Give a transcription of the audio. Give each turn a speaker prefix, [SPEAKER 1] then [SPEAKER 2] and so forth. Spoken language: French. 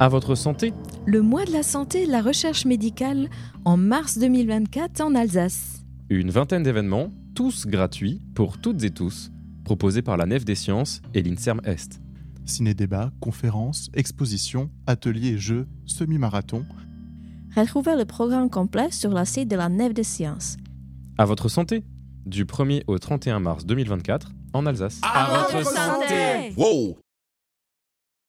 [SPEAKER 1] À votre santé
[SPEAKER 2] Le mois de la santé et de la recherche médicale en mars 2024 en Alsace.
[SPEAKER 1] Une vingtaine d'événements, tous gratuits pour toutes et tous, proposés par la Nef des Sciences et l'INSERM Est.
[SPEAKER 3] Ciné-débats, conférences, expositions, ateliers et jeux, semi-marathon.
[SPEAKER 4] Retrouvez le programme complet sur la site de la Nef des Sciences.
[SPEAKER 1] À votre santé Du 1er au 31 mars 2024 en Alsace.
[SPEAKER 5] À, votre santé
[SPEAKER 6] Wow